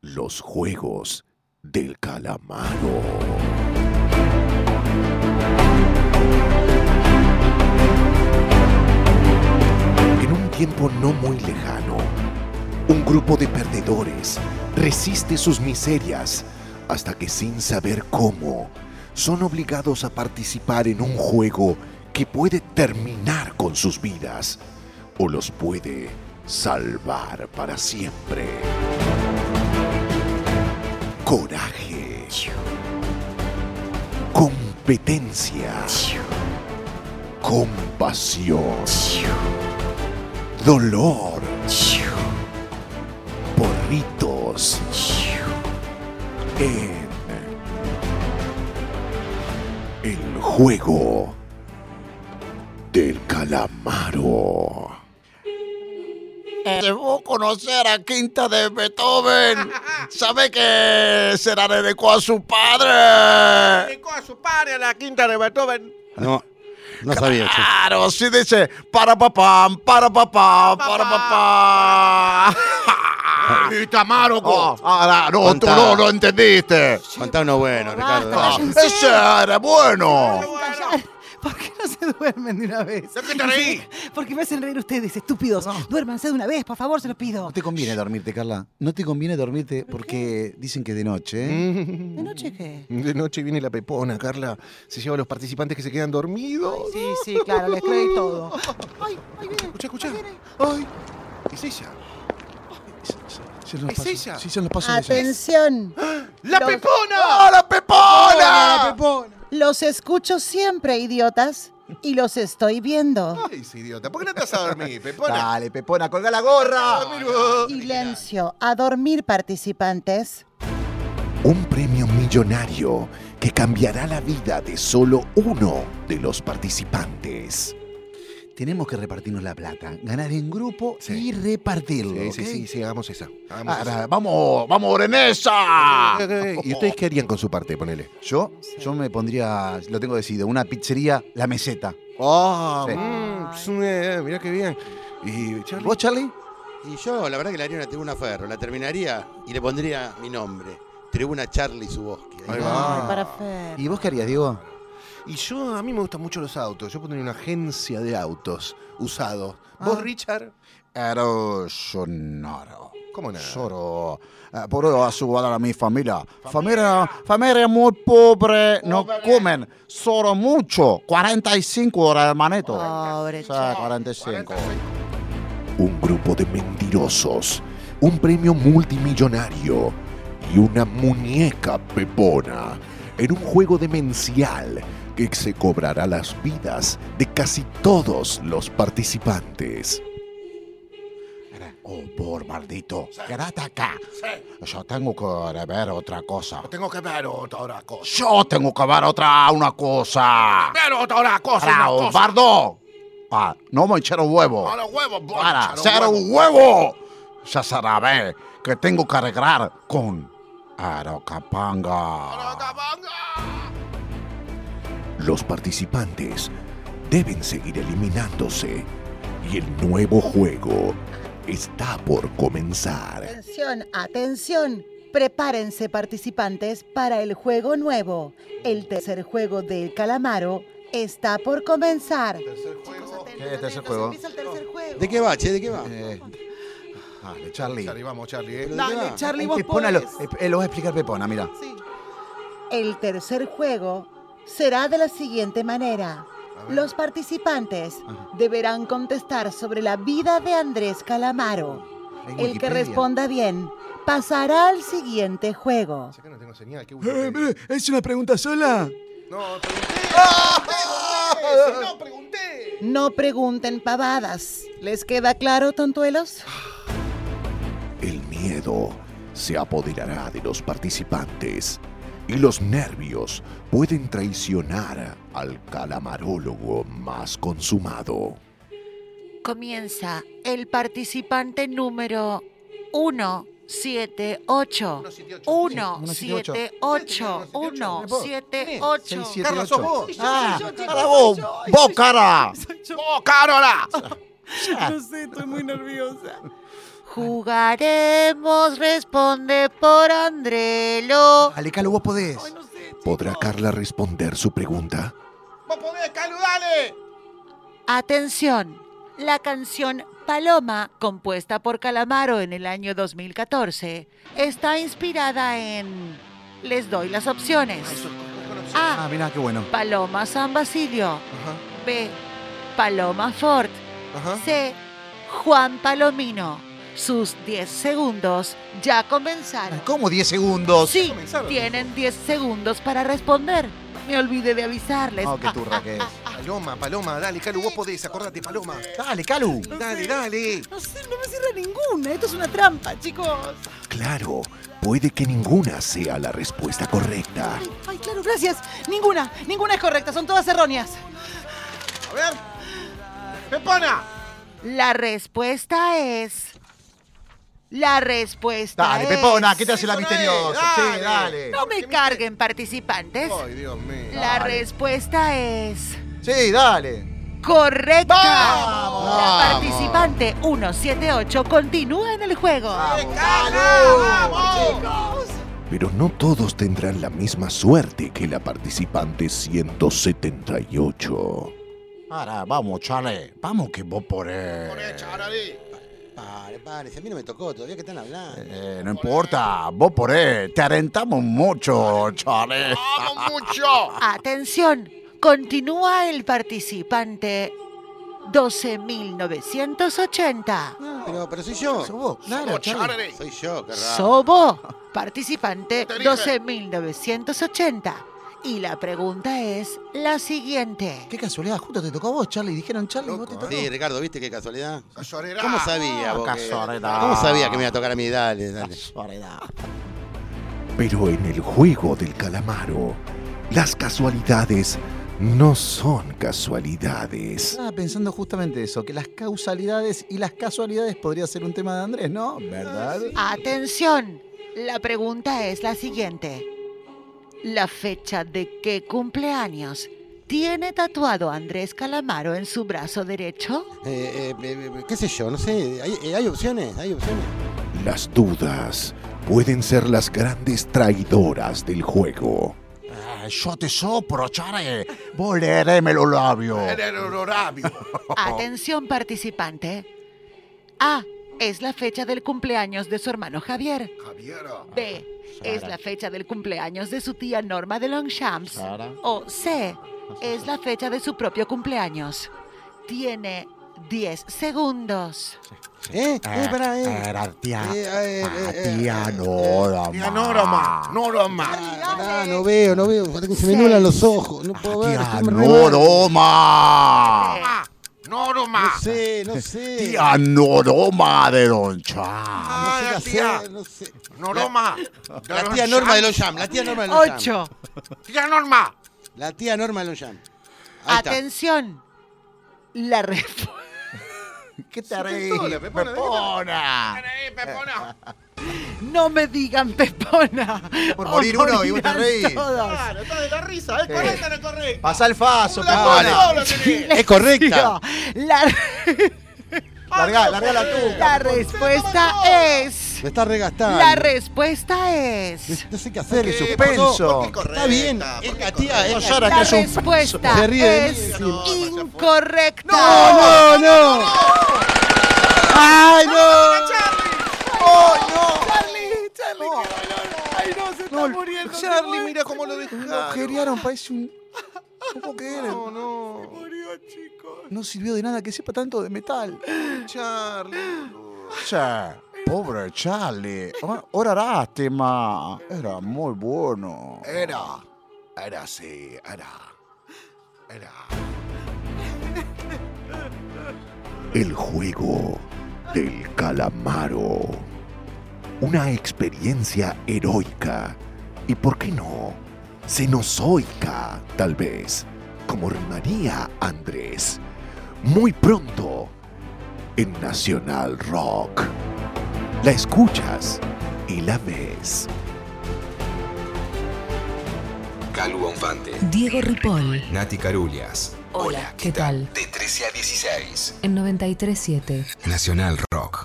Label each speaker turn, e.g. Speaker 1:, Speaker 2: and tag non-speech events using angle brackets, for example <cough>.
Speaker 1: Los Juegos del Calamaro. En un tiempo no muy lejano, un grupo de perdedores resiste sus miserias hasta que sin saber cómo, son obligados a participar en un juego que puede terminar con sus vidas o los puede salvar para siempre. Coraje. Competencia. Compasión. Dolor. Porritos. En el juego del calamaro.
Speaker 2: Debo conocer a Quinta de Beethoven. Sabe que será dedicó a su padre.
Speaker 3: Dedicó a su padre a la quinta de Beethoven.
Speaker 4: No, no sabía. che.
Speaker 2: Claro, sí dice para papá, para papá, para papá.
Speaker 3: Y Tamaroco.
Speaker 2: Oh, ahora, no, tú
Speaker 4: Cuánta-
Speaker 2: no lo entendiste.
Speaker 4: Contá uno bueno, Ricardo.
Speaker 2: Ah,
Speaker 4: dale.
Speaker 5: Cállense.
Speaker 2: ese era bueno.
Speaker 5: callar. ¿Por qué no se duermen de una vez?
Speaker 3: ¿De qué te reí?
Speaker 5: Porque me hacen reír ustedes, estúpidos. Duérmanse de una vez, por favor, se los pido.
Speaker 6: No te conviene dormirte, Carla. No te conviene dormirte porque dicen que es de noche. ¿eh?
Speaker 5: ¿De noche qué?
Speaker 2: De noche viene la pepona, Carla. Se lleva a los participantes que se quedan dormidos.
Speaker 5: Sí, sí, claro, les creo y todo.
Speaker 2: Ay,
Speaker 5: Ahí viene,
Speaker 2: escucha, escucha.
Speaker 5: ahí viene.
Speaker 2: Ay, es ella.
Speaker 4: ¿Mm?
Speaker 6: Sí, son los
Speaker 2: ¿Es
Speaker 6: pasos-
Speaker 2: ella?
Speaker 6: Sí, son los pasos de ella.
Speaker 5: Atención,
Speaker 2: ¡La
Speaker 5: Los-
Speaker 2: pepona! ¡Ah, la pepona!
Speaker 5: los escucho siempre, idiotas, y los estoy viendo.
Speaker 2: Ay, ese idiota. ¿Por qué no te vas a dormir,
Speaker 3: <laughs>
Speaker 2: pepona?
Speaker 6: Dale, Pepona, colga la gorra.
Speaker 5: Silencio, a dormir, participantes.
Speaker 1: Un premio millonario que cambiará la vida de solo uno de los participantes.
Speaker 6: Tenemos que repartirnos la plata. Ganar en grupo y
Speaker 2: Sí,
Speaker 6: repartirlo.
Speaker 2: sí,
Speaker 6: ¿ok?
Speaker 2: sí, sí, hagamos esa. Hagamos
Speaker 6: Ahora,
Speaker 2: esa.
Speaker 6: vamos, vamos,
Speaker 1: Ah,
Speaker 2: Ok,
Speaker 6: Orenesa.
Speaker 2: ok, ok. ¿Y
Speaker 1: oh.
Speaker 2: ustedes qué harían con su parte? Ponele.
Speaker 6: Yo, yo me pondría, lo tengo decidido, una pizzería, la meseta.
Speaker 2: ¡Oh!
Speaker 6: Sí.
Speaker 3: Eh,
Speaker 2: mirá qué bien. Y, Charlie,
Speaker 6: ¿Vos, Charlie?
Speaker 4: Y yo, la verdad que le haría una tribuna a Ferro, la terminaría y le pondría mi nombre. Tribuna Charlie Suboski.
Speaker 2: Ahí
Speaker 4: va.
Speaker 2: va.
Speaker 5: Ay, para Fer.
Speaker 6: ¿Y vos qué harías, Diego?
Speaker 2: Y yo, a mí me gustan mucho los autos. Yo pondría una agencia de autos usados.
Speaker 1: Ah.
Speaker 2: ¿Vos, Richard?
Speaker 6: Ero sonoro.
Speaker 2: ¿Cómo nada?
Speaker 6: Solo eh, por ayudar a mi familia. Familia, familia muy pobre, no comen solo mucho. 45 horas, hermanito.
Speaker 5: Pobre
Speaker 6: Sí,
Speaker 5: Charlie.
Speaker 6: 45.
Speaker 1: Un grupo de mentirosos. Un premio multimillonario. Y una muñeca pepona. En un juego demencial que se cobrará las vidas de casi todos los participantes.
Speaker 6: Oh, por maldito. Quédate acá. Yo tengo que ver otra cosa.
Speaker 2: Tengo que ver otra cosa.
Speaker 6: Yo tengo que ver otra una cosa.
Speaker 3: Pero otra cosa.
Speaker 6: Para,
Speaker 3: una cosa.
Speaker 6: Osvaldo. Ah, no me echaron huevo.
Speaker 3: los huevos, boy.
Speaker 6: Para
Speaker 3: Charo,
Speaker 6: hacer
Speaker 3: huevo.
Speaker 6: un huevo. Ya sabe que tengo que arreglar con Arocapanga.
Speaker 1: Los participantes deben seguir eliminándose y el nuevo juego está por comenzar.
Speaker 5: Atención, atención. Prepárense participantes para el juego nuevo. El tercer juego del calamaro está por comenzar. Chicos, atentos,
Speaker 6: ¿Qué tercer
Speaker 5: atentos,
Speaker 6: juego?
Speaker 5: empieza el tercer juego.
Speaker 4: ¿De qué va, che? ¿De qué va?
Speaker 6: Eh, dale, Charlie.
Speaker 2: Charlie, vamos, Charlie. ¿eh?
Speaker 4: ¿Pero de qué
Speaker 5: Dale,
Speaker 4: va?
Speaker 5: Ah, Charlie, vos
Speaker 6: Pepona lo,
Speaker 5: podés.
Speaker 6: eh, lo va a explicar Pepona, mira.
Speaker 5: Sí. El tercer juego será de la siguiente manera. Los participantes deberán contestar sobre la vida de Andrés Calamaro.
Speaker 6: Hay
Speaker 5: El que
Speaker 6: Wikipedia.
Speaker 5: responda bien pasará al siguiente juego.
Speaker 2: Sé que no tengo señal. ¿Qué
Speaker 3: Eh,
Speaker 6: ¿Es una pregunta sola?
Speaker 2: No,
Speaker 3: Ah. No pregunté.
Speaker 5: No pregunten pavadas. ¿Les queda claro, tontuelos?
Speaker 1: El miedo se apoderará de los participantes y los nervios pueden traicionar al calamarólogo más consumado.
Speaker 7: Comienza el participante número 178. 1, 7, 8, 1, 7, 8.
Speaker 2: Carla, sos vos.
Speaker 6: Ah, para vos, vos, cara.
Speaker 3: ¡Oh, Carola!
Speaker 5: No sé, estoy muy nerviosa. Jugaremos, responde por Andrelo.
Speaker 8: Dale, Calo, vos podés.
Speaker 3: Ay, no sé, chico.
Speaker 1: ¿Podrá Carla responder su pregunta?
Speaker 3: <laughs> ¡Vos podés, Calu, dale!
Speaker 5: Atención, la canción Paloma, compuesta por Calamaro en el año 2014, está inspirada en... Les doy las opciones.
Speaker 8: Ah,
Speaker 5: A.
Speaker 8: mirá, qué bueno.
Speaker 5: Paloma San Basilio.
Speaker 8: Ajá,
Speaker 5: B. Paloma Ford.
Speaker 8: ajá.
Speaker 5: C. Juan Palomino. Sus 10 segundos ya comenzaron.
Speaker 8: Ay, ¿Cómo 10 segundos?
Speaker 5: Sí,
Speaker 3: comenzaron.
Speaker 5: tienen 10 segundos para responder. Me olvidé de avisarles.
Speaker 8: No, qué turra que es.
Speaker 3: Paloma, Paloma, dale, Calu, vos podés, acordate, Paloma.
Speaker 8: Dale, Calu.
Speaker 3: Dale, dale.
Speaker 9: No sé, no me cierra ninguna. Esto es una trampa, chicos.
Speaker 1: Claro, puede que ninguna sea la respuesta correcta.
Speaker 9: Ay, ay, claro, gracias. Ninguna, ninguna es correcta. Son todas erróneas.
Speaker 3: A ver. ¡Pepona!
Speaker 5: La respuesta es. La respuesta
Speaker 8: Dale,
Speaker 5: es.
Speaker 8: Pepona, ¿qué te hace la
Speaker 3: Eso no
Speaker 8: misteriosa?
Speaker 3: es,
Speaker 8: Sí,
Speaker 3: dale.
Speaker 8: dale.
Speaker 5: No me carguen, participantes.
Speaker 3: Ay, Dios mío.
Speaker 5: La respuesta es.
Speaker 8: Sí, dale.
Speaker 5: Correcta. La
Speaker 8: Vamos.
Speaker 5: participante 178 continúa en el juego.
Speaker 3: ¡Calu! ¡Vamos!
Speaker 1: Pero no todos tendrán la misma suerte que la participante 178.
Speaker 6: Ahora, vamos, chale. Vamos que vos podés.
Speaker 4: Pare, pare, si a mí no me tocó, todavía que están hablando.
Speaker 6: Eh, no importa, vos podés. Te alentamos mucho, chale.
Speaker 3: Ah,
Speaker 2: ¡Vamos mucho!
Speaker 5: Atención, continúa el participante 12980.
Speaker 4: Pero, pero soy yo.
Speaker 8: Sos vos, claro,
Speaker 2: ¡Vamos,
Speaker 8: Charlie.
Speaker 2: Charlie!
Speaker 4: Soy yo, qué raro.
Speaker 5: Sobo, participante
Speaker 2: Te dije.
Speaker 5: 12.980. Y la pregunta es la siguiente.
Speaker 8: Qué casualidad, justo te tocó a vos, Charlie. Dijeron, Charlie, vos te tocó. Ah,
Speaker 4: Sí, Ricardo, ¿viste qué casualidad?
Speaker 3: ah,
Speaker 2: Cazorera.
Speaker 4: ¿Cómo sabía vos? que-
Speaker 8: casualidad.
Speaker 4: ¿Cómo sabía que me iba a tocar a mí? Dale, dale.
Speaker 8: Casualidad.
Speaker 1: Pero en el juego del calamaro, las casualidades no son casualidades.
Speaker 8: Estaba pensando justamente eso, que las causalidades y las casualidades podría ser un tema de Andrés, ¿no? ¿Verdad?
Speaker 5: Atención, la pregunta es la siguiente. ¿La fecha de qué cumpleaños tiene tatuado Andrés Calamaro en su brazo derecho?
Speaker 4: Eh, eh, eh, ¿Qué sé yo? No sé. ¿Hay, eh, hay opciones? ¿Hay opciones?
Speaker 1: Las dudas pueden ser las grandes traidoras del juego.
Speaker 6: Eh, yo te sopro, chale. Vos leereme los labios.
Speaker 4: Eh,
Speaker 5: Atención participante. A. Es la fecha del cumpleaños de su hermano Javier. B. Es la fecha del cumpleaños de su tía Norma de Longchamps.
Speaker 8: Sara.
Speaker 5: O C. Es la fecha de su propio cumpleaños. Tiene 10 segundos.
Speaker 4: ¿Eh? ¿Eh? Pará, eh.
Speaker 6: Era tía.
Speaker 4: Eh, eh, eh,
Speaker 6: ah,
Speaker 4: eh,
Speaker 6: tía
Speaker 4: eh,
Speaker 6: Norma.
Speaker 2: Mira, Norma, Norma.
Speaker 4: Ah, pará, no veo, no veo. Joder, que Se me nublan los ojos. No
Speaker 6: Ah,
Speaker 4: puedo ver.
Speaker 6: tía
Speaker 4: estoy re mal. Eh.
Speaker 6: Noroma.
Speaker 5: Ah,
Speaker 8: Ah,
Speaker 2: Norma.
Speaker 4: No sé, no sé.
Speaker 6: Tía Noroma de Don Chá.
Speaker 4: No sé
Speaker 2: Ah,
Speaker 4: qué
Speaker 2: la tía.
Speaker 4: hacer, no sé.
Speaker 2: Norma.
Speaker 4: La tía Norma de los Jam, la tía Norma de los Jam.
Speaker 5: 8.
Speaker 2: Tía Norma.
Speaker 4: La tía Norma de los Jam. Ahí está.
Speaker 5: Atención. La respuesta.
Speaker 6: ¿Qué te reís?
Speaker 3: sola, Pepona, ¿de qué
Speaker 6: Pepona.
Speaker 2: Pepona.
Speaker 5: <laughs> No me digan Pepona.
Speaker 8: Por morir
Speaker 5: O
Speaker 8: uno y vos te
Speaker 5: morirán
Speaker 8: reís.
Speaker 5: todos.
Speaker 3: Claro, está de la risa. ¿Es
Speaker 8: Sí.
Speaker 3: correcta o no es correcta?
Speaker 8: Pasá el faso,
Speaker 4: Dale.
Speaker 8: Pepona.
Speaker 4: Es correcta.
Speaker 5: La,
Speaker 8: Largá, largá la tuca.
Speaker 5: <laughs> la respuesta es.
Speaker 4: Me está regastando.
Speaker 5: La respuesta es.
Speaker 4: No sé qué hacer, el
Speaker 8: Suspenso.
Speaker 4: Está bien. Es la tía. Es la
Speaker 8: llora
Speaker 5: La
Speaker 8: que es un
Speaker 5: respuesta
Speaker 4: Se ríe de mí,
Speaker 5: es
Speaker 4: sí. No,
Speaker 5: incorrecta.
Speaker 4: ¡No, no, no! ¡Ay, no!
Speaker 8: Charlie, Charlie.
Speaker 9: Ay, no, se está muriendo. se
Speaker 3: Charlie,
Speaker 9: muere.
Speaker 3: mira cómo lo dejaron.
Speaker 8: Lo geriaron, parece un. ¿Cómo que era?
Speaker 3: No, no.
Speaker 9: Murió, chicos.
Speaker 8: No sirvió de nada que sepa tanto de metal.
Speaker 3: Charlie.
Speaker 6: Che, Pobre Charlie. Ah, Ora lástima. Era muy bueno.
Speaker 3: Eh,
Speaker 1: Era. Era sí, era. Era. El juego del calamaro. Una experiencia heroica. Y por qué no, cenozoica, tal vez, como rimaría Andrés. Muy pronto, en Nacional Rock. La escuchas y la ves.
Speaker 10: Calu Bonfante,
Speaker 11: Diego Ripoll.
Speaker 10: Nati Carulias.
Speaker 11: Hola, ¿qué tal?
Speaker 10: De 13 a 16.
Speaker 11: En 937.
Speaker 10: Nacional Rock.